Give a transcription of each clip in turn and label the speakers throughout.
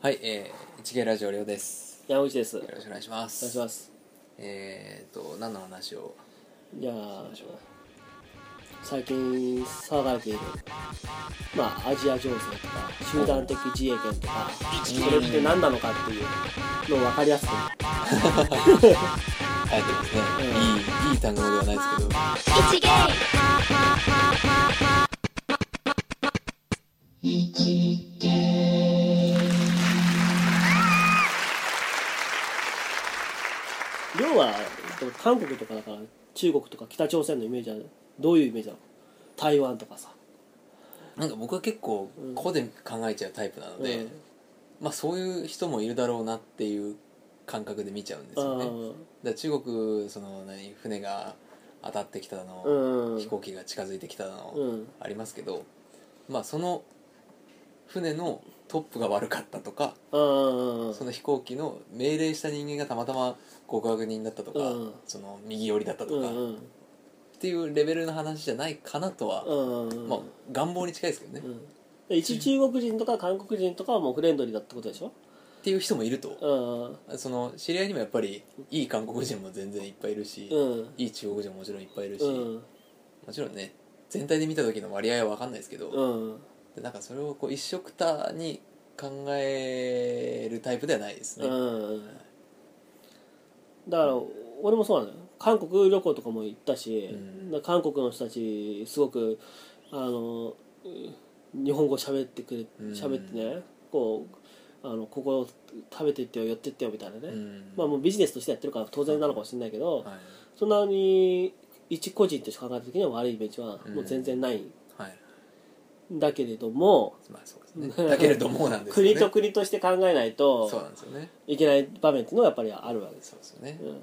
Speaker 1: はい、えー、1K ラジオりょうです。
Speaker 2: 山口です。お
Speaker 1: よ
Speaker 2: 願
Speaker 1: ろしくお願いします。
Speaker 2: いします。
Speaker 1: えーと、何の話を
Speaker 2: じゃあ
Speaker 1: しましょう、
Speaker 2: 最近騒がれている、まあ、アジア情勢とか、集団的自衛権とか、それって何なのかっていうのを分かりやすく、
Speaker 1: あえてますね、いい、いい単語ではないです
Speaker 3: 一
Speaker 1: けど。
Speaker 3: 芸
Speaker 2: 要は、韓国とかだから、中国とか北朝鮮のイメージは、どういうイメージなの台湾とかさ。
Speaker 1: なんか僕は結構、ここで考えちゃうタイプなので、
Speaker 2: うん
Speaker 1: まあそういう人もいるだろうなっていう感覚で見ちゃうんですよね。だか
Speaker 2: うん
Speaker 1: ら中国、その何、船が当たってきたの、
Speaker 2: うん
Speaker 1: 飛行機が近づいてきたの、
Speaker 2: うん
Speaker 1: ありますけど、まあその船のトップが悪かったとか、
Speaker 2: うん
Speaker 1: その飛行機の命令した人間がたまたま合格人だったとか、
Speaker 2: うん
Speaker 1: その右寄りだった
Speaker 2: う
Speaker 1: と
Speaker 2: ん
Speaker 1: か、っ
Speaker 2: うん
Speaker 1: ていうレベルの話じゃないかなとは、
Speaker 2: うんうん
Speaker 1: まあ願望に近いですけどね、
Speaker 2: う
Speaker 1: っ
Speaker 2: んで一中国人とか韓国人とかはもうフレンドリーだってことでしょ
Speaker 1: ていう人もいると、
Speaker 2: うん
Speaker 1: その知り合いにもやっぱりいい韓国人も全然いっぱいいるし、
Speaker 2: うん
Speaker 1: いい中国人ももちろんいっぱいいるし、
Speaker 2: うん
Speaker 1: もちろんね全体で見た時の割合は分かんないですけど、
Speaker 2: うん
Speaker 1: でなんかそれをこう一緒くたに考えるタイプではないですね、
Speaker 2: うんだから俺もそうなのよ韓国旅行とかも行ったし、
Speaker 1: うん
Speaker 2: だから韓国の人たちすごくあのうん日本語喋ってくれ
Speaker 1: うん
Speaker 2: 喋ってね、こうあのここ食べてってよ寄ってってよみたいなね、
Speaker 1: うん
Speaker 2: まあもうビジネスとしてやってるから当然なのかもしれないけど、
Speaker 1: はい
Speaker 2: そんなに一個人として考えた時には悪いイメージは
Speaker 1: うん
Speaker 2: もう全然ない
Speaker 1: はい
Speaker 2: んだけれども、
Speaker 1: まあそうですねだけれどもなんですよね
Speaker 2: 国と国として考えない
Speaker 1: そう
Speaker 2: と
Speaker 1: なんですよね
Speaker 2: いけない場面っていうのはやっぱりあるわけです
Speaker 1: そうですよねう
Speaker 2: よ、
Speaker 1: ん、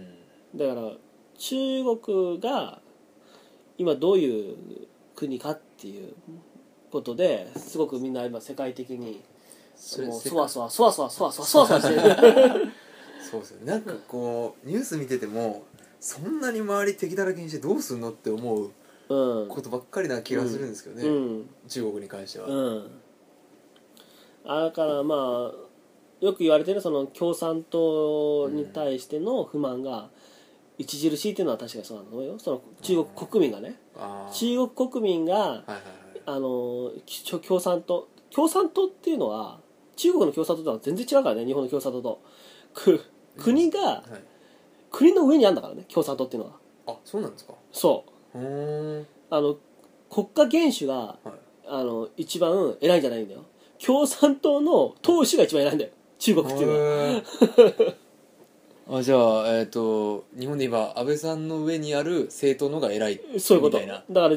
Speaker 2: うんだから中国が今どういう国かっていうことですごくみんな今世界的に
Speaker 1: それ
Speaker 2: もう
Speaker 1: 世
Speaker 2: そ
Speaker 1: 界
Speaker 2: わそわそわそわそわそわそわそわしてる
Speaker 1: そうですよねなんかこうニュース見ててもそんなに周り敵だらけにしてどうすんのって思う
Speaker 2: うん
Speaker 1: ことばっかりな気がするんですけどね、
Speaker 2: うん
Speaker 1: 中国に関しては、
Speaker 2: うんあだからまあよく言われてるその共産党に対しての不満が著しいっていうのは確かにそうなんだと思うよその中国国民がね
Speaker 1: ああ
Speaker 2: 中国国民が
Speaker 1: はいはい
Speaker 2: あのきちょ共産党共産党っていうのは中国の共産党とは全然違うからね日本の共産党とく国が
Speaker 1: はい、はい、
Speaker 2: 国の上にあるんだからね共産党っていうのは
Speaker 1: あそうなんですか
Speaker 2: そう
Speaker 1: うーん
Speaker 2: あの国家元首が
Speaker 1: はい
Speaker 2: あの一番偉いんじゃないんだよ共産党の党首が一番偉いんだよ中国っていうのは
Speaker 1: へー あじゃあえっ、と日本で言えば安倍さんの上にある政党のが偉い
Speaker 2: そういうこと
Speaker 1: みたいな
Speaker 2: だから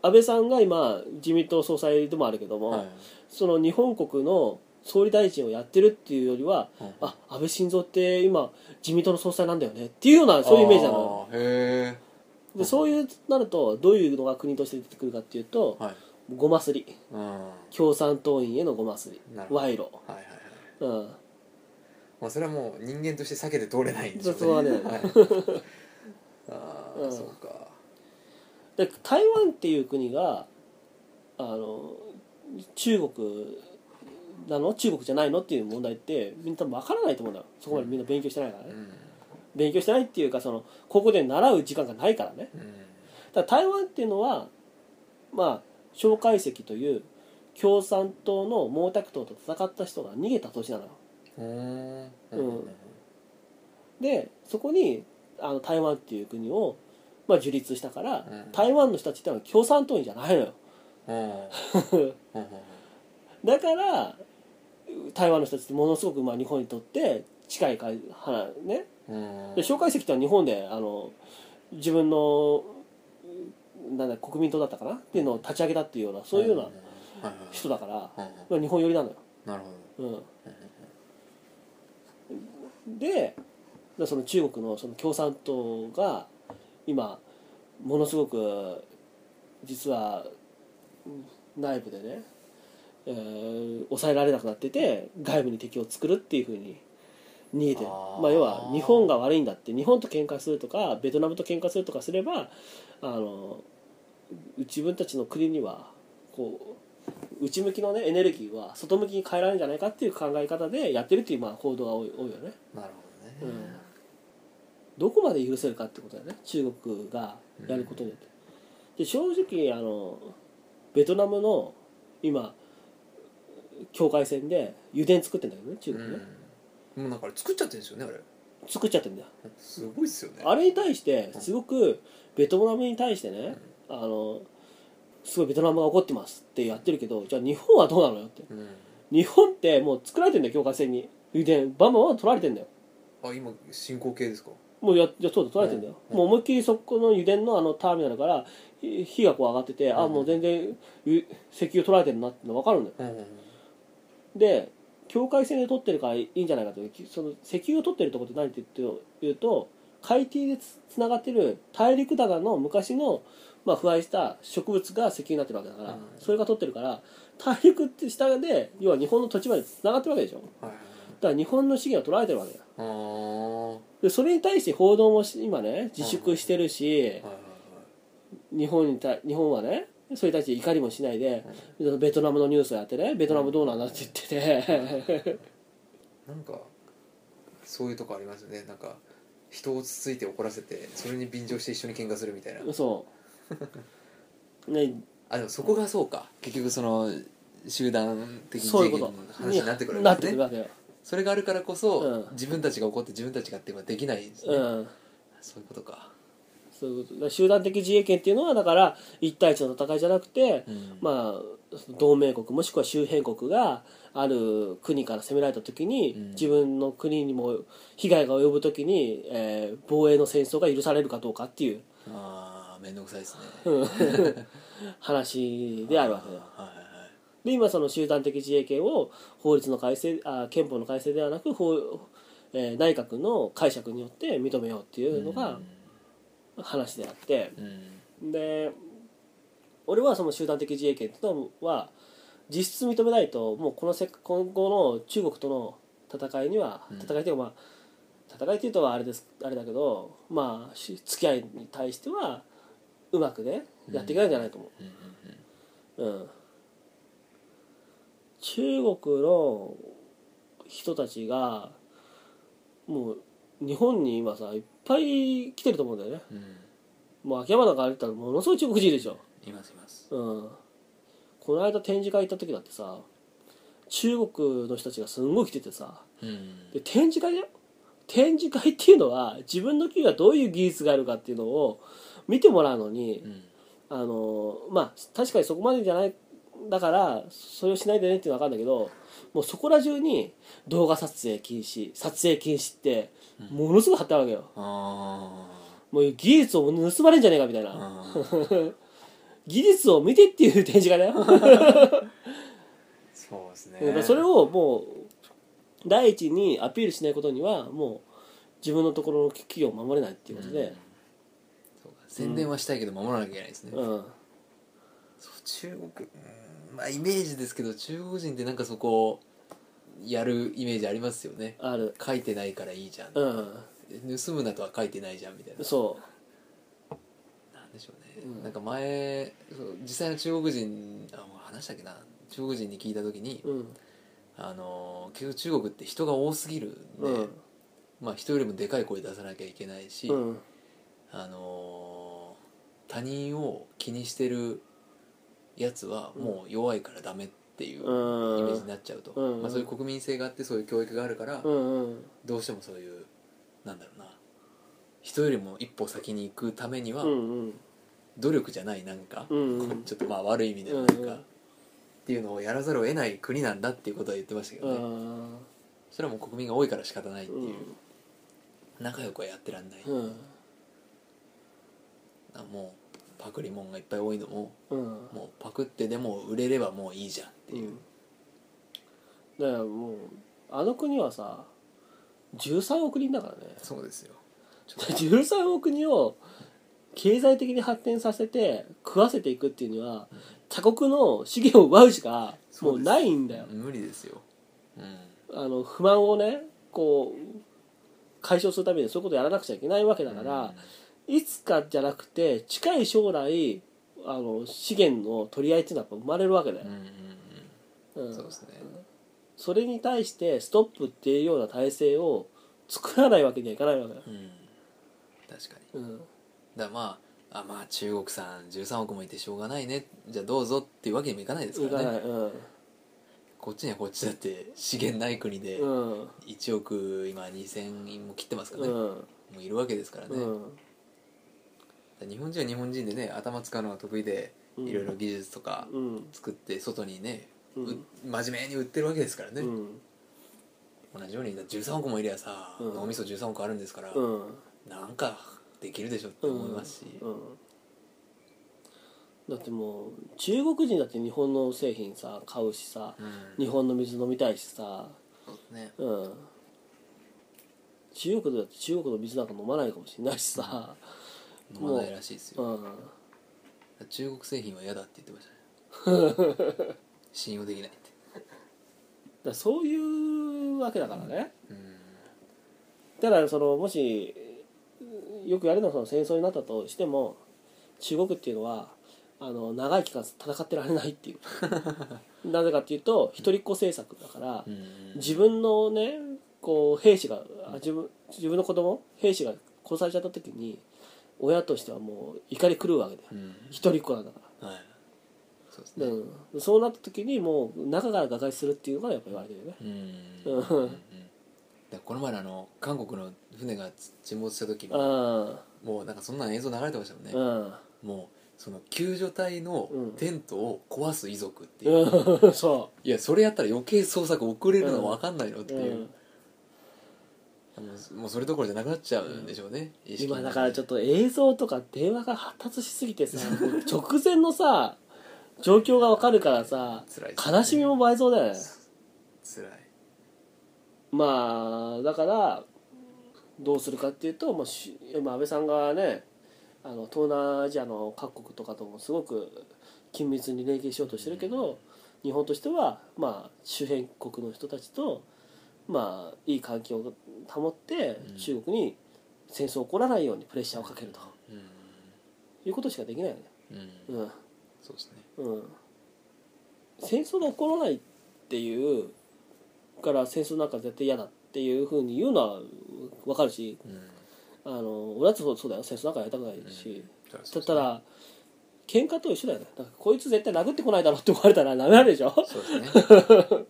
Speaker 2: 安倍さんが今自民党総裁でもあるけども、
Speaker 1: はい
Speaker 2: その日本国の総理大臣をやってるっていうよりは、
Speaker 1: うん
Speaker 2: あ安倍晋三って今自民党の総裁なんだよねっていうようなそういうイメージなのよ
Speaker 1: あーへ
Speaker 2: でそういうなるとどういうのが国として出てくるかっていうと
Speaker 1: えはい
Speaker 2: ごますり
Speaker 1: うんは
Speaker 2: 共産党員へのごますり
Speaker 1: なるほど
Speaker 2: 賄賂
Speaker 1: いはいはい
Speaker 2: うん
Speaker 1: まあ、それはもう人間として避けて通れないんでしょ
Speaker 2: そうう
Speaker 1: ね
Speaker 2: ね
Speaker 1: はい、ああ、
Speaker 2: うん
Speaker 1: そうか
Speaker 2: で台湾っていう国があの中国なの中国じゃないのっていう問題ってみんな多分分からないと思うんだよそこまでみんな勉強してないからね、
Speaker 1: うん、
Speaker 2: 勉強してないっていうかその高校で習う時間がないからね
Speaker 1: うん、
Speaker 2: だから台湾っていうのはまあ蒋介石という共産党の毛沢東と戦った人が逃げた年なのよ
Speaker 1: うーん
Speaker 2: うんでそこにあの台湾っていう国を、まあ、樹立したから、
Speaker 1: うん
Speaker 2: 台湾の人たちってのは共産党員じゃないのよ
Speaker 1: うんうんうん
Speaker 2: だから台湾の人たちってものすごくまあ日本にとって近いかはね
Speaker 1: うん
Speaker 2: で蒋介石ってのは日本であの自分のなんだ国民党だったかなっていうのを立ち上げたっていうようなそういうような人だから、
Speaker 1: ら、うんうん
Speaker 2: まあ、日本寄りなのよ、
Speaker 1: なるほ
Speaker 2: うん、ででその中国のその共産党が今ものすごく実は内部でね、えー抑えられなくなってて外部に敵を作るっていうふうに逃げてる
Speaker 1: あー
Speaker 2: まあ、要は日本が悪いんだって日本と喧嘩するとかベトナムと喧嘩するとかすればあの自分たちの国にはこう内向きのねエネルギーは外向きに変えられるんじゃないかっていう考え方でやってるっていうまあ行動が多い多いよね
Speaker 1: なるほ
Speaker 2: う
Speaker 1: ど
Speaker 2: ん
Speaker 1: ね、
Speaker 2: どこまで許せるかってことだよね中国がやることによって、で正直あのベトナムの今境界線で油田作ってんだけどね中
Speaker 1: う
Speaker 2: 国ね、
Speaker 1: んもうなんかあれ作っちゃってるんですよねあれ
Speaker 2: 作っちゃってんだよ
Speaker 1: すごいっすよね
Speaker 2: あれに対してすごくベトナムに対してね、あのすごいベトナムが怒ってますってやってるけどじゃあ日本はどうなのよって
Speaker 1: うん
Speaker 2: 日本ってもう作られてんだよ境界線に油田バンバンバン取られてんだよ
Speaker 1: あ今進行形ですか
Speaker 2: もうややそうだ取られてんだよ、
Speaker 1: うん
Speaker 2: もう思いっきりそこの油田のあのターミナルからひ火がこう上がってて、あ
Speaker 1: うん
Speaker 2: もう全然ゆ石油取られてるなっての分かるんだよ
Speaker 1: うんうんうん
Speaker 2: で境界線で取ってるからいいんじゃないかというその石油を取ってるとこって何って言って言うと海底でつつながってる大陸棚の昔の、まあ、腐敗した植物が石油になってるわけだから、
Speaker 1: うん
Speaker 2: それが取ってるから大陸って下で要は日本の土地までつながってるわけでしょ
Speaker 1: はいはい
Speaker 2: だから日本の資源を取られてるわけだよ
Speaker 1: はいああは
Speaker 2: でそれに対して報道もし今ね自粛してるし
Speaker 1: いはいはい
Speaker 2: 日本に対日本はねそれに対して怒りもしないでベトナムのニュースをやってねベトナムどうなんだって言ってて
Speaker 1: なんかそういうとこありますよねなんか人をつついて怒らせてそれに便乗して一緒に喧嘩するみたいな
Speaker 2: そうね
Speaker 1: あでもそこがそうか結局その集団的に
Speaker 2: そういうこと
Speaker 1: 話になってくる
Speaker 2: な
Speaker 1: わ
Speaker 2: っ
Speaker 1: けです
Speaker 2: てくる
Speaker 1: ね
Speaker 2: わけよ、
Speaker 1: それがあるからこそ、
Speaker 2: うん
Speaker 1: 自分たちが怒って自分たちがっていうのはできないですね、
Speaker 2: うん、
Speaker 1: そういうことか、
Speaker 2: そういうことだから集団的自衛権っていうのはだから一対一の戦いじゃなくて、
Speaker 1: うん
Speaker 2: まあその同盟国もしくは周辺国がある国から攻められた時に、
Speaker 1: うん
Speaker 2: 自分の国にも被害が及ぶ時に、えー防衛の戦争が許されるかどうかっていう
Speaker 1: ああ面倒くさいですね
Speaker 2: うん話 であるわけだよ
Speaker 1: はいはい
Speaker 2: で今その集団的自衛権を法律の改正あ憲法の改正ではなく法、えー内閣の解釈によって認めようっていうのが話であって、
Speaker 1: うんうん
Speaker 2: で俺はその集団的自衛権っていうのは実質認めないともうこのせ今後の中国との戦いには
Speaker 1: うん
Speaker 2: 戦いというかまあ戦いというとはあれですあれだけどまあし付き合いに対してはうまくねやっていけないんじゃないと思う。
Speaker 1: うん
Speaker 2: うん、中国の人たちがもう日本に今さいっぱい来てると思うんだよね
Speaker 1: うんうんうん
Speaker 2: もう秋山なんか歩いてたらものすごい中国人いるでしょ、
Speaker 1: いますいます
Speaker 2: うん、この間展示会行った時だってさ中国の人たちがすんごい来ててさ
Speaker 1: うん
Speaker 2: で展示会だよ展示会っていうのは自分の企業がどういう技術があるかっていうのを見てもらうのに
Speaker 1: うん
Speaker 2: あのまあ確かにそこまでじゃないだからそれをしないでねっていうのは分かるんだけどもうそこら中に動画撮影禁止撮影禁止って
Speaker 1: うん
Speaker 2: ものすごい貼ってあるわけよ
Speaker 1: あ
Speaker 2: もう技術を盗まれんじゃねえかみたい
Speaker 1: ー
Speaker 2: な
Speaker 1: あー
Speaker 2: 技術を見てっていう展示が ね
Speaker 1: そうですね
Speaker 2: だからそれをもう第一にアピールしないことにはもう自分のところの企業を守れないっていうこと
Speaker 1: うん
Speaker 2: で、
Speaker 1: そうか宣伝はしたいけど守らなきゃいけないですね、
Speaker 2: うん
Speaker 1: そう中国うんまあイメージですけど中国人ってなんかそこやるイメージありますよね
Speaker 2: ある
Speaker 1: 書いてないからいいじゃん、
Speaker 2: うん
Speaker 1: 盗むなとは書いてないじゃんみたいな
Speaker 2: そ
Speaker 1: なんでしょうね、
Speaker 2: うん
Speaker 1: なんか前そう実際の中国人あもう話したっけな中国人に聞いた時に、
Speaker 2: ううん
Speaker 1: あのー結局中国って人が多すぎるんで、
Speaker 2: うん
Speaker 1: まあ人よりもでかい声出さなきゃいけないし、
Speaker 2: うん
Speaker 1: あのー他人を気にしてるやつはもう弱いからダメっていうイメ
Speaker 2: うん
Speaker 1: ージになっちゃうと、
Speaker 2: うん
Speaker 1: まあ、そういう国民性があってそういう教育があるから、
Speaker 2: うんうん
Speaker 1: どうしてもそういうなんだろうな人よりも一歩先に行くためには
Speaker 2: うんうん
Speaker 1: 努力じゃないなんか、
Speaker 2: うんうん
Speaker 1: こちょっとまあ悪い意味でのなんか、
Speaker 2: うんうん
Speaker 1: っていうのをやらざるを得ない国なんだっていうことは言ってましたけどね、
Speaker 2: うん
Speaker 1: それはもう国民が多いから仕方ないっていうう、
Speaker 2: ん
Speaker 1: 仲良くはやってらんない、
Speaker 2: うん
Speaker 1: あもうパクリモンがいっぱい多いのも
Speaker 2: うん
Speaker 1: もうパクってでも売れればもういいじゃんっていう、
Speaker 2: だからもうあの国はさ13億人だからね
Speaker 1: そうですよちょっ
Speaker 2: 13億人を経済的に発展させて食わせていくっていうには他国の資源を奪うしかもうないんだよ
Speaker 1: と無理ですようん
Speaker 2: あの不満をねこう解消するためにそういうことをやらなくちゃいけないわけだから、いつかじゃなくて近い将来あの資源の取り合いっていうのはやっぱ生まれるわけだよ
Speaker 1: うん、うん
Speaker 2: う
Speaker 1: うんんそうですね
Speaker 2: それに対してストップっていうような体制を作らないわけにはいかないわけだよ
Speaker 1: うん確かに
Speaker 2: う
Speaker 1: だ
Speaker 2: ん
Speaker 1: からまああまあ中国さん13億もいてしょうがないねじゃあどうぞっていうわけにもいかないです
Speaker 2: い
Speaker 1: か
Speaker 2: からない
Speaker 1: ね
Speaker 2: うん
Speaker 1: こっちにはこっちだって資源ない国で
Speaker 2: うん
Speaker 1: 1億今2000人も切ってますから
Speaker 2: う
Speaker 1: ね、も
Speaker 2: ん
Speaker 1: ういるわけですからね、
Speaker 2: う
Speaker 1: だか
Speaker 2: ん
Speaker 1: ら日本人は日本人でね頭使うのが得意で
Speaker 2: うん
Speaker 1: いろいろ技術とか
Speaker 2: うん
Speaker 1: 作って外にね、
Speaker 2: う
Speaker 1: うん真面目に売ってるわけですからね、
Speaker 2: うん
Speaker 1: 同じようにだって13億もいりゃさ、
Speaker 2: うん
Speaker 1: 脳みそ13億あるんですから、
Speaker 2: うん
Speaker 1: なんかできるでしょって思いますし、
Speaker 2: うんだってもう中国人だって日本の製品さ買うしさ
Speaker 1: うん
Speaker 2: 日本の水飲みたいしさ
Speaker 1: そうですね
Speaker 2: うん中国だって中国の水なんか飲まないかもしれないしさ
Speaker 1: 飲まないらしいですよ
Speaker 2: うん
Speaker 1: 中国製品は嫌だって言ってましたね信用できないって
Speaker 2: だからそういうわけだからね
Speaker 1: うん
Speaker 2: だからそのもしよくやるのはその戦争になったとしても中国っていうのはあの長い期間戦ってられないってい うなぜかっていうと一人っ子政策だから
Speaker 1: うん
Speaker 2: 自分のねこう兵士があ自分自分の子供兵士が殺されちゃった時に親としてはもう怒り狂うわけだよ
Speaker 1: うん
Speaker 2: 一人っ子なんだから。
Speaker 1: はいそうですね
Speaker 2: うん、そうなった時にもう中から瓦解するっていうのがやっぱ言われてるよね
Speaker 1: うん
Speaker 2: うん
Speaker 1: うんうんだからこの前のあの韓国の船が沈没した時も
Speaker 2: う
Speaker 1: もうなんかそんな映像流れてましたもんね
Speaker 2: んうん
Speaker 1: もうその救助隊のテントを壊す遺族っていう、
Speaker 2: うんそ
Speaker 1: いやそれやったら余計捜索遅れるの分かんないのっ
Speaker 2: う、
Speaker 1: て
Speaker 2: う
Speaker 1: いう、
Speaker 2: ん、
Speaker 1: もうもうそれどころじゃなくなっちゃうんでしょうね、意識が
Speaker 2: 今だからちょっと映像とか電話が発達しすぎ てさ直前のさ状況がわかるからさ
Speaker 1: 辛いですね
Speaker 2: 悲しみも倍増だよね
Speaker 1: 辛い
Speaker 2: まあだからどうするかっていうともうし今安倍さんがねあの東南アジアの各国とかともすごく緊密に連携しようとしてるけど、日本としては、まあ、周辺国の人たちと、まあ、いい環境を保って
Speaker 1: うん
Speaker 2: 中国に戦争起こらないようにプレッシャーをかけると
Speaker 1: う
Speaker 2: いうことしかできないよね。
Speaker 1: んうん
Speaker 2: うん
Speaker 1: そうですね
Speaker 2: うん、戦争が起こらないっていうから戦争なんか絶対嫌だっていうふうに言うのは分かるし
Speaker 1: うん
Speaker 2: あの俺だってそうそうだよ戦争なんかやりたくないし、だったら喧嘩と一緒だよねだからこいつ絶対殴ってこないだろうって思われたらダメなんで しょ、
Speaker 1: そうですね、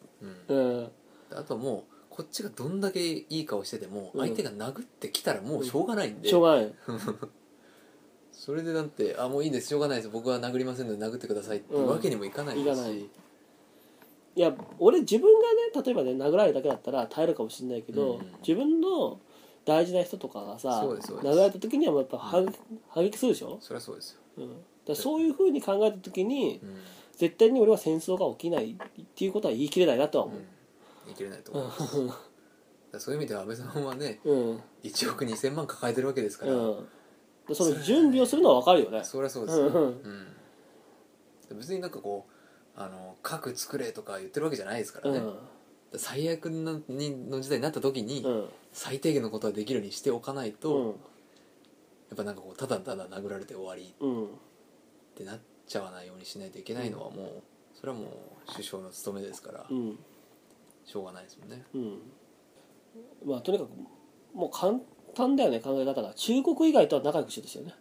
Speaker 1: うん、
Speaker 2: うん、
Speaker 1: あともうこっちがどんだけいい顔してても
Speaker 2: うん
Speaker 1: 相手が殴ってきたらもうしょうがないんで、
Speaker 2: しょうがないよ
Speaker 1: それでなんて「あもういいですしょうがないです僕は殴りませんので殴ってください」っていうわけにもいかない
Speaker 2: いか
Speaker 1: です
Speaker 2: ない
Speaker 1: し、
Speaker 2: いや俺自分がね例えばね殴られるだけだったら耐えるかもしれないけど、
Speaker 1: うん
Speaker 2: 自分の大事な人とかがさ
Speaker 1: そうですそうです
Speaker 2: 殴られた時にはもうやっぱ反撃反撃するでしょ、
Speaker 1: そりゃそうですよ、
Speaker 2: うん、だからそういうふうに考えた時に
Speaker 1: うん
Speaker 2: 絶対に俺は戦争が起きないっていうことは言い切れないなとは思
Speaker 1: うん、いけれないと思いますだからそういう意味では安倍さんはね
Speaker 2: ううん
Speaker 1: 1億2000万抱えてるわけですから、
Speaker 2: うんでその準備をするのは分かるよね
Speaker 1: そりゃそうですよ、
Speaker 2: う
Speaker 1: うん、別になんかこうあの核作れとか言ってるわけじゃないですから
Speaker 2: んう
Speaker 1: ね、
Speaker 2: ん
Speaker 1: 最悪のにの時代になった時に
Speaker 2: うん
Speaker 1: 最低限のことはできるようにしておかないうと、や
Speaker 2: ん
Speaker 1: っぱなんかこうただただ殴られて終わり
Speaker 2: うん
Speaker 1: ってなっちゃわないようにしないといけないのはもう、それはもう首相の務めですから、
Speaker 2: うん
Speaker 1: しょうがないですもんね。
Speaker 2: うんまあとにかくもう簡単だよね考え方が中国以外とは仲良くしてほしいよね、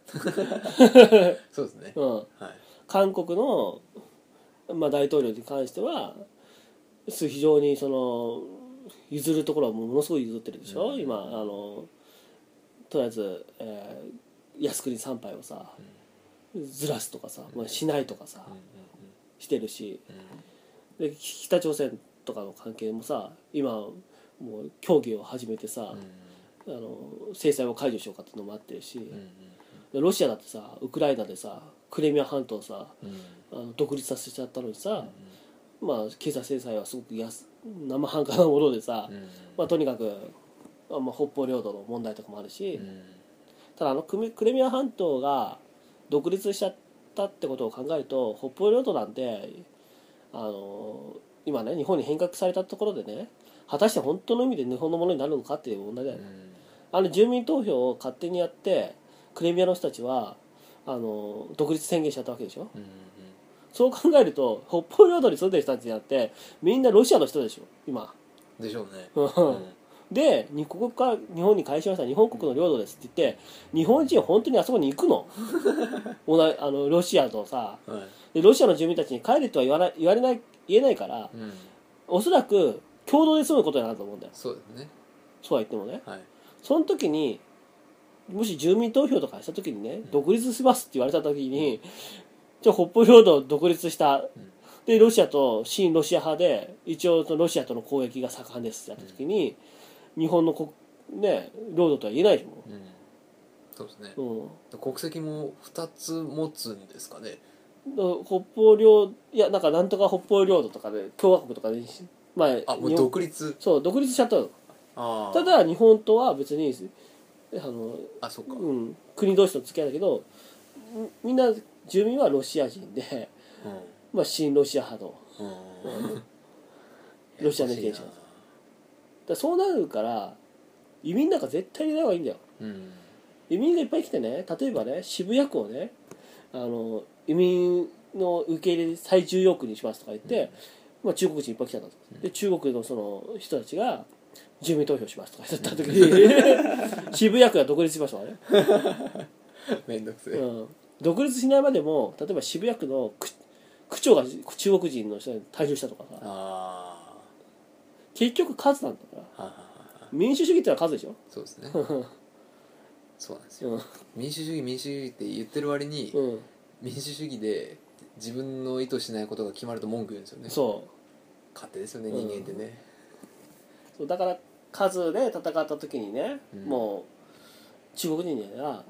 Speaker 1: そうですね、
Speaker 2: うん、
Speaker 1: はい
Speaker 2: 韓国の、まあ、大統領に関してはす非常にその譲るところはものすごい譲ってるでしょ、
Speaker 1: うん
Speaker 2: 今あのとりあえず、えー靖国参拝をさずらすとかさ、まあ、しないとかさ、
Speaker 1: うんうん
Speaker 2: してるし
Speaker 1: うんうん
Speaker 2: で北朝鮮とかの関係もさ今もう協議を始めてさ、あの制裁を解除しようかっていうのもあってるし、
Speaker 1: うんうん
Speaker 2: でロシアだってさウクライナでさクレミア半島さ
Speaker 1: うんうん
Speaker 2: あの独立させちゃったのにさ、まあ、経済制裁はすごく安生半可なものでさ、
Speaker 1: うん
Speaker 2: まあ、とにかく、あまあ、北方領土の問題とかもあるし、
Speaker 1: うん
Speaker 2: ただあのクメクレミア半島が独立しちゃったってことを考えると北方領土なんてあの今ね日本に変革されたところでね果たして本当の意味で日本のものになるのかっていう問題だよね。
Speaker 1: うん
Speaker 2: あの住民投票を勝手にやってクレミアの人たちはあの独立宣言しちゃったわけでしょ
Speaker 1: うんうん
Speaker 2: そう考えると北方領土に住んでる人たちだってみんなロシアの人でしょ今
Speaker 1: でしょうね
Speaker 2: うん でにここから日本に返しました日本国の領土ですって言って日本人本当にあそこに行く のおなあのロシアのさ
Speaker 1: うんはい
Speaker 2: でロシアの住民たちに帰れとは言わない言われない言えないから
Speaker 1: うん
Speaker 2: おそらく共同で住むことになると思うんだよ
Speaker 1: そうですね
Speaker 2: そうは言ってもね
Speaker 1: はい
Speaker 2: その時にもし住民投票とかした時にね
Speaker 1: ん
Speaker 2: 独立しますって言われた時にじゃあ北方領土を独立した
Speaker 1: ん
Speaker 2: でロシアと親ロシア派で一応そのロシアとの交易が盛んですってなった時に日本の国ね領土とは言えないでし
Speaker 1: うんそうですね
Speaker 2: ょ、うん、
Speaker 1: 国籍も二つ持つんですかね
Speaker 2: の北方領いやなんかなんとか北方領土とかで共和国とかでまあ
Speaker 1: あも
Speaker 2: 日
Speaker 1: う
Speaker 2: 本
Speaker 1: 独立
Speaker 2: そう独立しちゃったの
Speaker 1: ああ
Speaker 2: ただ日本とは別にあの、
Speaker 1: あそっか、うん
Speaker 2: うん、国同士の付き合いだけどみみんな住民はロシア人で、 まあ、親ロシア派の
Speaker 1: うん、
Speaker 2: ロシアの意見者
Speaker 1: ややこしいな
Speaker 2: だそうなるから移民なんか絶対入れない方がいいんだよ
Speaker 1: うん
Speaker 2: 移民がいっぱい来てね例えばね渋谷区をねあの移民の受け入れ最重要区にしますとか言って、まあ、中国人いっぱい来たんだと、で中国のその人たちが住民投票しますとか言った時に渋谷区が独立しましたからね、
Speaker 1: めんどくせえ、
Speaker 2: うん、独立しないまでも例えば渋谷区の区区長が中国人の人に退場したとかさ
Speaker 1: あ
Speaker 2: 結局数なんだから
Speaker 1: あはいはいはい
Speaker 2: 民主主義ってのは数で しょ、
Speaker 1: そうですねそうなんですよ
Speaker 2: うん
Speaker 1: 民主主義民主主義って言ってる割に、
Speaker 2: うん、
Speaker 1: 民主主義で自分の意図しないことが決まると文句言うんですよね
Speaker 2: そう
Speaker 1: 勝手ですよね
Speaker 2: うん
Speaker 1: 人間ってね、
Speaker 2: そうだから数で戦った時にね、
Speaker 1: うん
Speaker 2: もう中国人には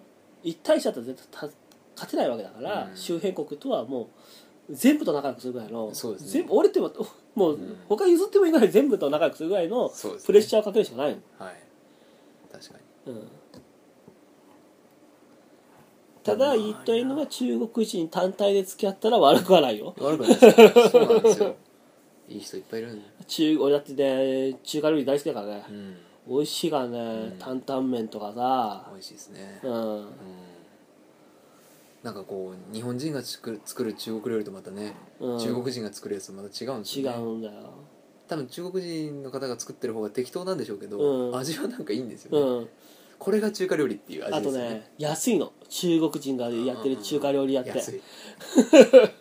Speaker 2: 一対しだったら絶対た勝てないわけだから、
Speaker 1: うん
Speaker 2: 周辺国とはもう全部と仲良くするぐらいの
Speaker 1: そうですね
Speaker 2: 全部俺ってももう
Speaker 1: うん
Speaker 2: 他譲ってもいいぐらい全部と仲良くするぐらいの
Speaker 1: そうですね
Speaker 2: プレッシャーをかけるしかないの、
Speaker 1: はい確かに
Speaker 2: うんただ言いたいのは中国人単体で付き合ったら悪くはな いよ
Speaker 1: 悪くないですよそうなんですよいい人いっぱいいるんだ
Speaker 2: 中俺だってね中華料理大好きだからね
Speaker 1: う、ん
Speaker 2: 美味しいからね、
Speaker 1: ん
Speaker 2: 担々麺とかさ
Speaker 1: 美味しいですね
Speaker 2: うん
Speaker 1: うんなんかこう日本人が作る作る中国料理とまたね、
Speaker 2: うん
Speaker 1: 中国人が作るやつとまた違うんです
Speaker 2: 違
Speaker 1: よね
Speaker 2: うんだよ、
Speaker 1: 多分中国人の方が作ってる方が適当なんでしょうけど、
Speaker 2: うん
Speaker 1: 味はなんかいいんですよね、
Speaker 2: うん、
Speaker 1: これが中華料理っていう
Speaker 2: あ
Speaker 1: 味で
Speaker 2: と
Speaker 1: すよね
Speaker 2: ね安いの中国人がやってる中華料理屋って
Speaker 1: 安い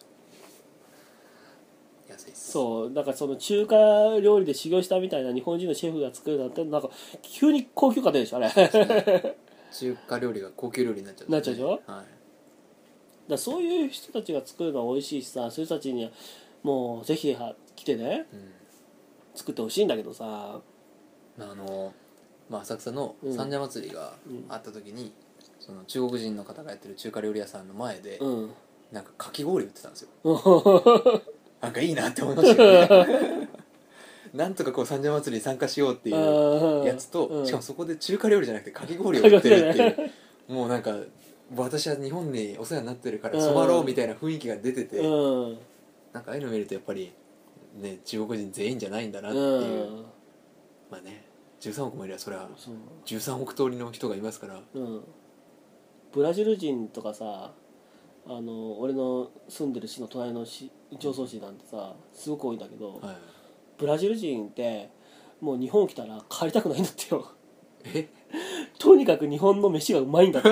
Speaker 1: 安いっす
Speaker 2: そうなんかその中華料理で修行したみたいな日本人のシェフが作るなんてなんか急に高級感出るでしょあれだか
Speaker 1: 中華料理が高級料理になっちゃう、
Speaker 2: なっちゃうでしょ
Speaker 1: はい
Speaker 2: らそういう人たちが作るのは美味しいしさそういう人たちにはもうぜひは来てね
Speaker 1: うん
Speaker 2: 作ってほしいんだけどさ
Speaker 1: まああの、まあ、浅草の
Speaker 2: うん
Speaker 1: 三社祭りがあった時に、その中国人の方がやってる中華料理屋さんの前で、
Speaker 2: うん
Speaker 1: なんかかき氷売ってたんですよ
Speaker 2: う
Speaker 1: なんかいいなって思いましたよね なんとかこう三社祭りに参加しようっていうやつと、
Speaker 2: うん
Speaker 1: しかもそこで中華料理じゃなくてかき氷を売ってるって
Speaker 2: か
Speaker 1: い
Speaker 2: き
Speaker 1: う もうなんか私は日本にお世話になってるから
Speaker 2: うん
Speaker 1: 染まろうみたいな雰囲気が出てて、
Speaker 2: うん
Speaker 1: なんかああいうの見るとやっぱりね中国人全員じゃないんだなっていうう、
Speaker 2: ん
Speaker 1: まあね13億もいればそれは
Speaker 2: そう
Speaker 1: 13億通りの人がいますから
Speaker 2: うん、ブラジル人とかさあの俺の住んでる市の隣の市上層市なんてさすごく多いんだけど、
Speaker 1: はい
Speaker 2: ブラジル人ってもう日本来たら帰りたくないんだってよ
Speaker 1: え
Speaker 2: とにかく日本の飯がうまいんだって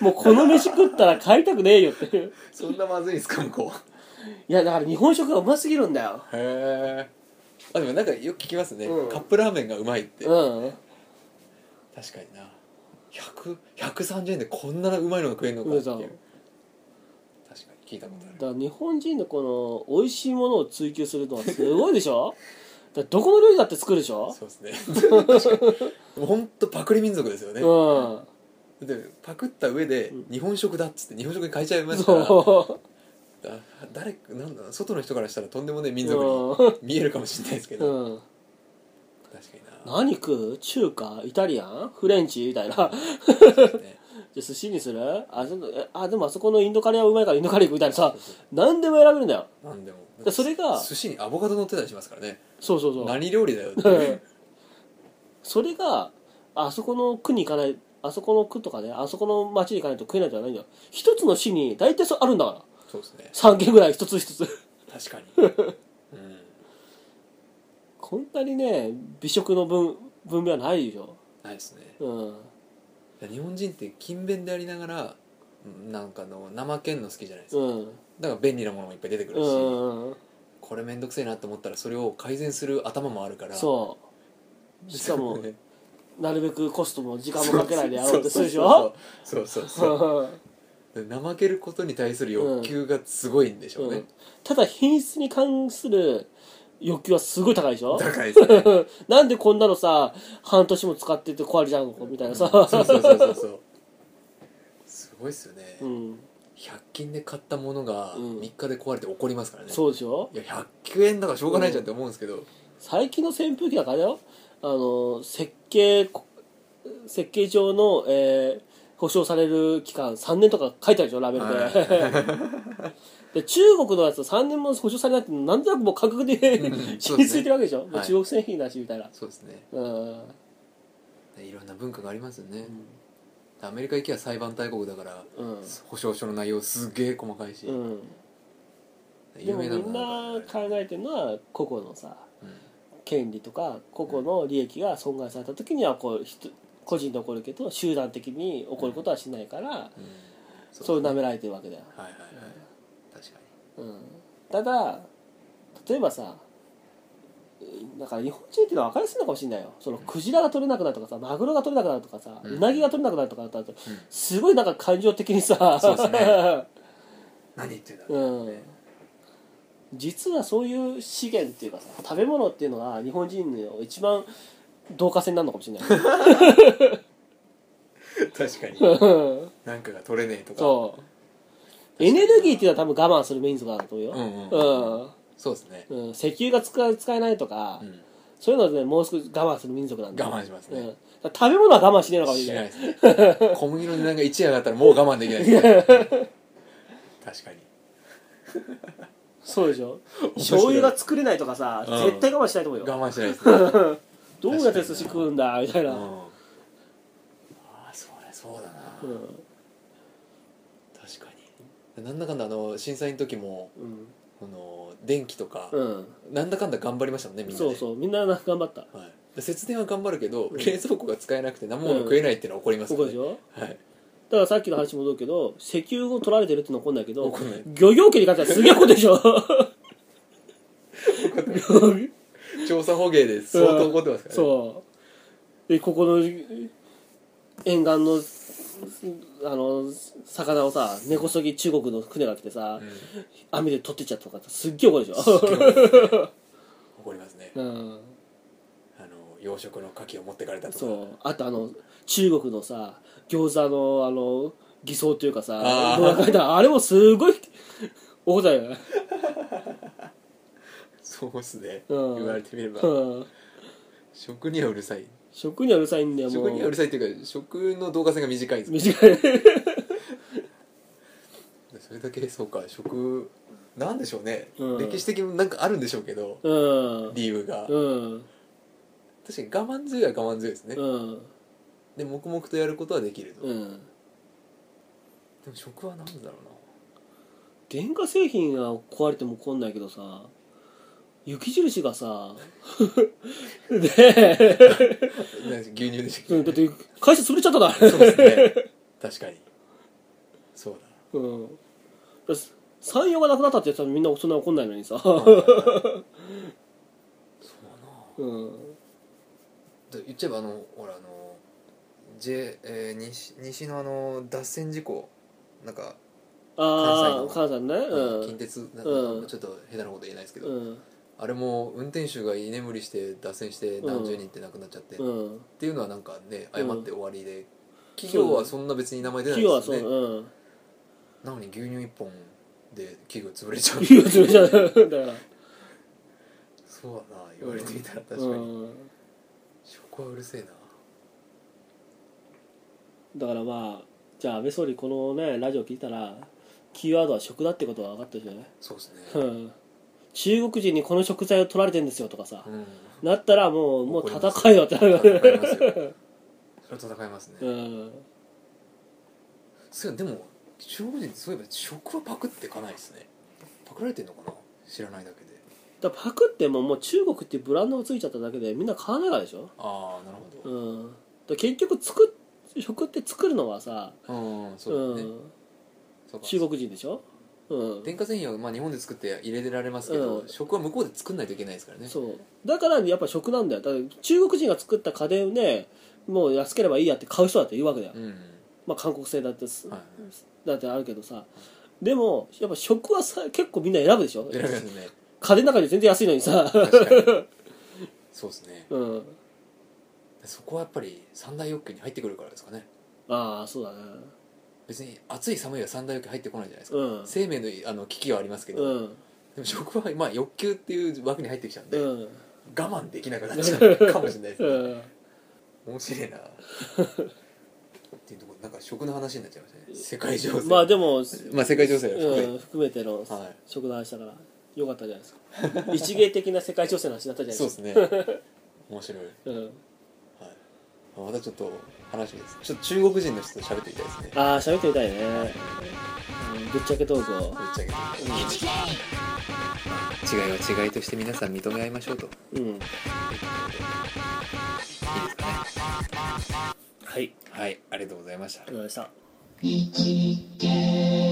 Speaker 2: もうこの飯食ったら帰りたくねえよっていう
Speaker 1: そんなまずいんですか向こ
Speaker 2: いやだから日本食がうますぎるんだよ
Speaker 1: うへえあでもなんかよく聞きますね、
Speaker 2: うん
Speaker 1: カップラーメンがうまいって、
Speaker 2: うん
Speaker 1: 確かにな100 130円でこんなうまいのが食えるのかっていう
Speaker 2: そう
Speaker 1: 確かに聞いたことあ
Speaker 2: だから日本人のこの美味しいものを追求するのはすごいでしょだからどこの料理だって作るでし
Speaker 1: る
Speaker 2: ょ
Speaker 1: そうですね確かにほんとパクリ民族ですよね、
Speaker 2: うん
Speaker 1: でパクった上で
Speaker 2: うん
Speaker 1: 日本食だっつって日本食に変えちゃいますから
Speaker 2: そ
Speaker 1: だ誰なんだろう外の人からしたらとんでもねえ
Speaker 2: う
Speaker 1: 民族に
Speaker 2: うん
Speaker 1: 見えるかもしれないですけど、
Speaker 2: うん、
Speaker 1: 確かにな
Speaker 2: 何食う中華イタリアンフレンチみたいなじゃ
Speaker 1: そうですね
Speaker 2: あ寿司にするあちょっとえあでもあそこのインドカレーはうまいからインドカレー食うみたいなさ
Speaker 1: そうそう
Speaker 2: 何でも選べるんだよ
Speaker 1: なんでも
Speaker 2: でそれが
Speaker 1: 寿司にアボカド乗ってたりしますからね
Speaker 2: そうそうそう
Speaker 1: 何料理だよって
Speaker 2: うんそれがあそこの区に行かないあそこの区とかねあそこの町に行かないと食えないじゃないんだよ一つの市に大体そうあるんだから
Speaker 1: そうですね
Speaker 2: 3軒ぐらい一つ一つ
Speaker 1: 確 かにうん
Speaker 2: こんなにね美食の分分類はないでしょ
Speaker 1: ないですね
Speaker 2: うん
Speaker 1: 日本人って勤勉でありながらうんなんかあの怠けんの好きじゃないです
Speaker 2: う
Speaker 1: か、
Speaker 2: ん
Speaker 1: だから便利なものもいっぱい出てくるし、
Speaker 2: うん
Speaker 1: これ面倒くせえなと思ったらそれを改善する頭もあるから
Speaker 2: そうしか も
Speaker 1: ね
Speaker 2: うなるべくコストも時間もかけないでやろうってするでしょ
Speaker 1: そうそうそうそうそう
Speaker 2: うん
Speaker 1: そうで怠けることに対する欲求がすごいんでしょう
Speaker 2: う
Speaker 1: ね
Speaker 2: ん、ただ品質に関する欲求はすごい高いでしょ
Speaker 1: 高いですね
Speaker 2: なんでこんなのさ半年も使ってて壊れちゃうの みたいなさ、
Speaker 1: そうそうそうそうそうすごいっすよね、
Speaker 2: うん、
Speaker 1: 100均で買ったものが
Speaker 2: うん
Speaker 1: 3日で壊れて怒りますからね、
Speaker 2: そうでしょ
Speaker 1: いや100円だからしょうがないじゃんって思うんですけど、
Speaker 2: 最近の扇風機なんかあれだよあの設計設計上の、えー保証される期間3年とか書いてあるでしょラベルで、 で中国のやつは3年も保証されないってなんとなくもう感覚で
Speaker 1: うん
Speaker 2: 染 みついてるわけでしょ、
Speaker 1: ね
Speaker 2: もう中国製品だしみたいな、
Speaker 1: そうですね
Speaker 2: うん
Speaker 1: いろんな文化がありますよね、アメリカ行きは裁判大国だから
Speaker 2: うん
Speaker 1: 保証書の内容すげえ細かいし、
Speaker 2: うんで
Speaker 1: 有
Speaker 2: もみ
Speaker 1: 名なの
Speaker 2: んな
Speaker 1: なんか
Speaker 2: 考えてるのは個々のさ
Speaker 1: うん
Speaker 2: 権利とか個々の利益が損害された時にはこうひと個人で起こるけど集団的に起こることはしないから、
Speaker 1: うんそう
Speaker 2: そう舐められてるわけだよ、
Speaker 1: はいはいはい確か
Speaker 2: うん、ただ例えばさうんだから日本人っていうのは分かりやすいのかもしれないよそのクジラが取れなくなるとかさマグロが取れなくなるとかさ、
Speaker 1: うん
Speaker 2: うなぎが取れなくなるとかだったら
Speaker 1: に、うん
Speaker 2: すごいなんか感情的にさ
Speaker 1: そうです ね何言ってんだろうね
Speaker 2: 実はそういう資源っていうかさ食べ物っていうのは日本人の一番導火線になるのかもし れない
Speaker 1: 確かに
Speaker 2: うん
Speaker 1: なんかが取れねえとか
Speaker 2: そうエネルギーっていうのは多分我慢するメインとかだと思うよ、
Speaker 1: うん
Speaker 2: うん
Speaker 1: そうですね、
Speaker 2: うん石油が使え使えないとか、
Speaker 1: うん
Speaker 2: そういうのはねもう少し我慢する民族なんだ
Speaker 1: 我慢しますね
Speaker 2: うん、だから食べ物は我慢しねえのかもし
Speaker 1: し
Speaker 2: れ
Speaker 1: な
Speaker 2: ないい
Speaker 1: ですね 小麦の値段が1円上がったらもう我慢できないですね確かに
Speaker 2: そうでしょ
Speaker 1: 面白い
Speaker 2: 醤油が作れないとかさ、
Speaker 1: うん
Speaker 2: 絶対我慢しないと思うよ
Speaker 1: 我慢しないですね、うん、
Speaker 2: どうやって寿司食うんだみたいな、
Speaker 1: ああそれそうだな、
Speaker 2: うん
Speaker 1: 確かになんだかんだあの震災の時も
Speaker 2: うん
Speaker 1: この電気とか、
Speaker 2: うん
Speaker 1: なんだかんだ頑張りましたもんねみんなで
Speaker 2: そうそうみんな頑張った
Speaker 1: はい、で節電は頑張るけど、
Speaker 2: うん
Speaker 1: 冷蔵庫が使えなくて何もの食えないっていうのは怒ります
Speaker 2: ここ
Speaker 1: よ
Speaker 2: で
Speaker 1: ね
Speaker 2: し、ょ
Speaker 1: はい、
Speaker 2: だからさっきの話戻るけど石油を取られてるってのは怒んないけど
Speaker 1: 怒んない
Speaker 2: 漁業権に関してはすげえことでしょ
Speaker 1: 調査捕鯨で相当怒ってますからね、
Speaker 2: そうでここの沿岸のあの魚をさ根こそぎ中国の船が来てさ、
Speaker 1: うん
Speaker 2: 網で取ってっちゃったとかすっげえ怒るでし
Speaker 1: すっ
Speaker 2: ょ、
Speaker 1: げえ怒りますね怒りますね
Speaker 2: うん、
Speaker 1: あの養殖の牡蠣を持ってかれたとか
Speaker 2: そうあとあの中国のさ餃子のあの偽装というかさ
Speaker 1: あー
Speaker 2: どう考えたらあれもすごい大だ よね、
Speaker 1: そうっすね、
Speaker 2: うん
Speaker 1: 言われてみれば、
Speaker 2: うん、
Speaker 1: 食にはうるさい
Speaker 2: 食にはうるさいんだよもう
Speaker 1: 食にはうるさいっていうか食の導火線が短いんです
Speaker 2: 短い
Speaker 1: それだけそうか食なんでしょうね、
Speaker 2: うん
Speaker 1: 歴史的になんかあるんでしょうけど、
Speaker 2: うん
Speaker 1: 理由が、
Speaker 2: うん
Speaker 1: 確かに我慢強いは我慢強いですね、
Speaker 2: うん
Speaker 1: で黙々とやることはできると、で
Speaker 2: うん
Speaker 1: も食は何だろ
Speaker 2: 電化製品が壊れても怒んないけどさ雪印がさ ねえ
Speaker 1: うななんか牛乳でし
Speaker 2: う
Speaker 1: た
Speaker 2: ん
Speaker 1: っ
Speaker 2: だって会社潰れちゃっただ
Speaker 1: けそうですね 確かにそう
Speaker 2: うんだし産業がなくなったってやつはみんなそんな怒んないのにさ、
Speaker 1: だ そう
Speaker 2: うん、
Speaker 1: だ言っちゃえばあのほらあの J、えー西西のあの脱線事故なんか、
Speaker 2: ああ
Speaker 1: 関
Speaker 2: 関西のねう
Speaker 1: 近
Speaker 2: ん
Speaker 1: 鉄なん
Speaker 2: う
Speaker 1: か
Speaker 2: ん
Speaker 1: ちょっと下手なこと言えないですけど、
Speaker 2: うん
Speaker 1: あれも運転手が居眠りして脱線して何十人って亡くなっちゃって、
Speaker 2: う
Speaker 1: っ
Speaker 2: ん
Speaker 1: ていうのはなんかね
Speaker 2: う
Speaker 1: 謝
Speaker 2: ん
Speaker 1: って終わりで、企業はそんな別に名前出ない
Speaker 2: 企
Speaker 1: で
Speaker 2: 業は
Speaker 1: す
Speaker 2: そう、
Speaker 1: よね
Speaker 2: うん
Speaker 1: なのに牛乳一本で企業潰れちゃう
Speaker 2: 企業潰れちゃうだから
Speaker 1: そうだな言われてみたら確か
Speaker 2: う
Speaker 1: に
Speaker 2: ん
Speaker 1: 食はうるせえな
Speaker 2: だからまあじゃあ安倍総理このねラジオ聞いたらキーワードは食だってことは分かったでしょうね
Speaker 1: そうですね
Speaker 2: うん中国人にこの食材を取られてんですよとかさ
Speaker 1: う、ん
Speaker 2: なったらもうもう
Speaker 1: 怒ります
Speaker 2: 戦いよってなる
Speaker 1: わかりますよれと戦いますね、
Speaker 2: うん
Speaker 1: そういえばでも中国人ってそういえば食はパクっていかないですねパクられてんのかな知らないだけで
Speaker 2: だからパクってももう中国っていうブランドがついちゃっただけでみんな買わないからでしょ、
Speaker 1: ああなるほど
Speaker 2: うん、だから結局作っ食って作るのはさ、
Speaker 1: うん、
Speaker 2: う
Speaker 1: そうだね、
Speaker 2: ん、
Speaker 1: そうか
Speaker 2: 中国人でしょ、うん、
Speaker 1: 電化製品はまあ日本で作って入れられますけど、
Speaker 2: うん
Speaker 1: 食は向こうで作んないといけないですからね
Speaker 2: そうだからやっぱ食なんだよだから中国人が作った家電をねもう安ければいいやって買う人だっているわけだよ、
Speaker 1: うん、
Speaker 2: まあ、韓国製だってす、
Speaker 1: はい
Speaker 2: だってあるけどさでもやっぱ食はさ結構みんな選ぶでしょ
Speaker 1: 選べますね
Speaker 2: 家電の中で全然安いのにさ、
Speaker 1: 確かにそうですね
Speaker 2: うん、
Speaker 1: そこはやっぱり三大欲求に入ってくるからですかね
Speaker 2: ああそうだね
Speaker 1: 別に暑い寒いは三大欲求入ってこないじゃないですか、
Speaker 2: うん
Speaker 1: 生命のあの危機はありますけど、
Speaker 2: うん
Speaker 1: でも食はまあ欲求っていう枠に入ってきちゃうんで、
Speaker 2: うん
Speaker 1: 我慢できなくなっちゃうかもしれないです、
Speaker 2: う
Speaker 1: ね、
Speaker 2: ん
Speaker 1: 面白いなっていうところなんか食の話になっちゃいましたね世界情勢
Speaker 2: まあでも、
Speaker 1: まあ世界情勢が含め
Speaker 2: うん、含めての
Speaker 1: はい
Speaker 2: 食の話だからよかったじゃないですか 一芸的な世界情勢の話だったじゃない
Speaker 1: そう
Speaker 2: で
Speaker 1: ですす
Speaker 2: か
Speaker 1: ね面白い、はい、
Speaker 2: うん、
Speaker 1: またちょっと話ですちょっと中国人の人と喋ってみたいですね
Speaker 2: ああ喋ってみたいね、うんぶっちゃけトークを
Speaker 1: ぶっちゃけ違いは違いとして皆さん認め合いましょうといい
Speaker 2: うん
Speaker 1: ですかね
Speaker 2: はい
Speaker 1: はいありがとうございました
Speaker 2: ありがとうございました
Speaker 3: 一芸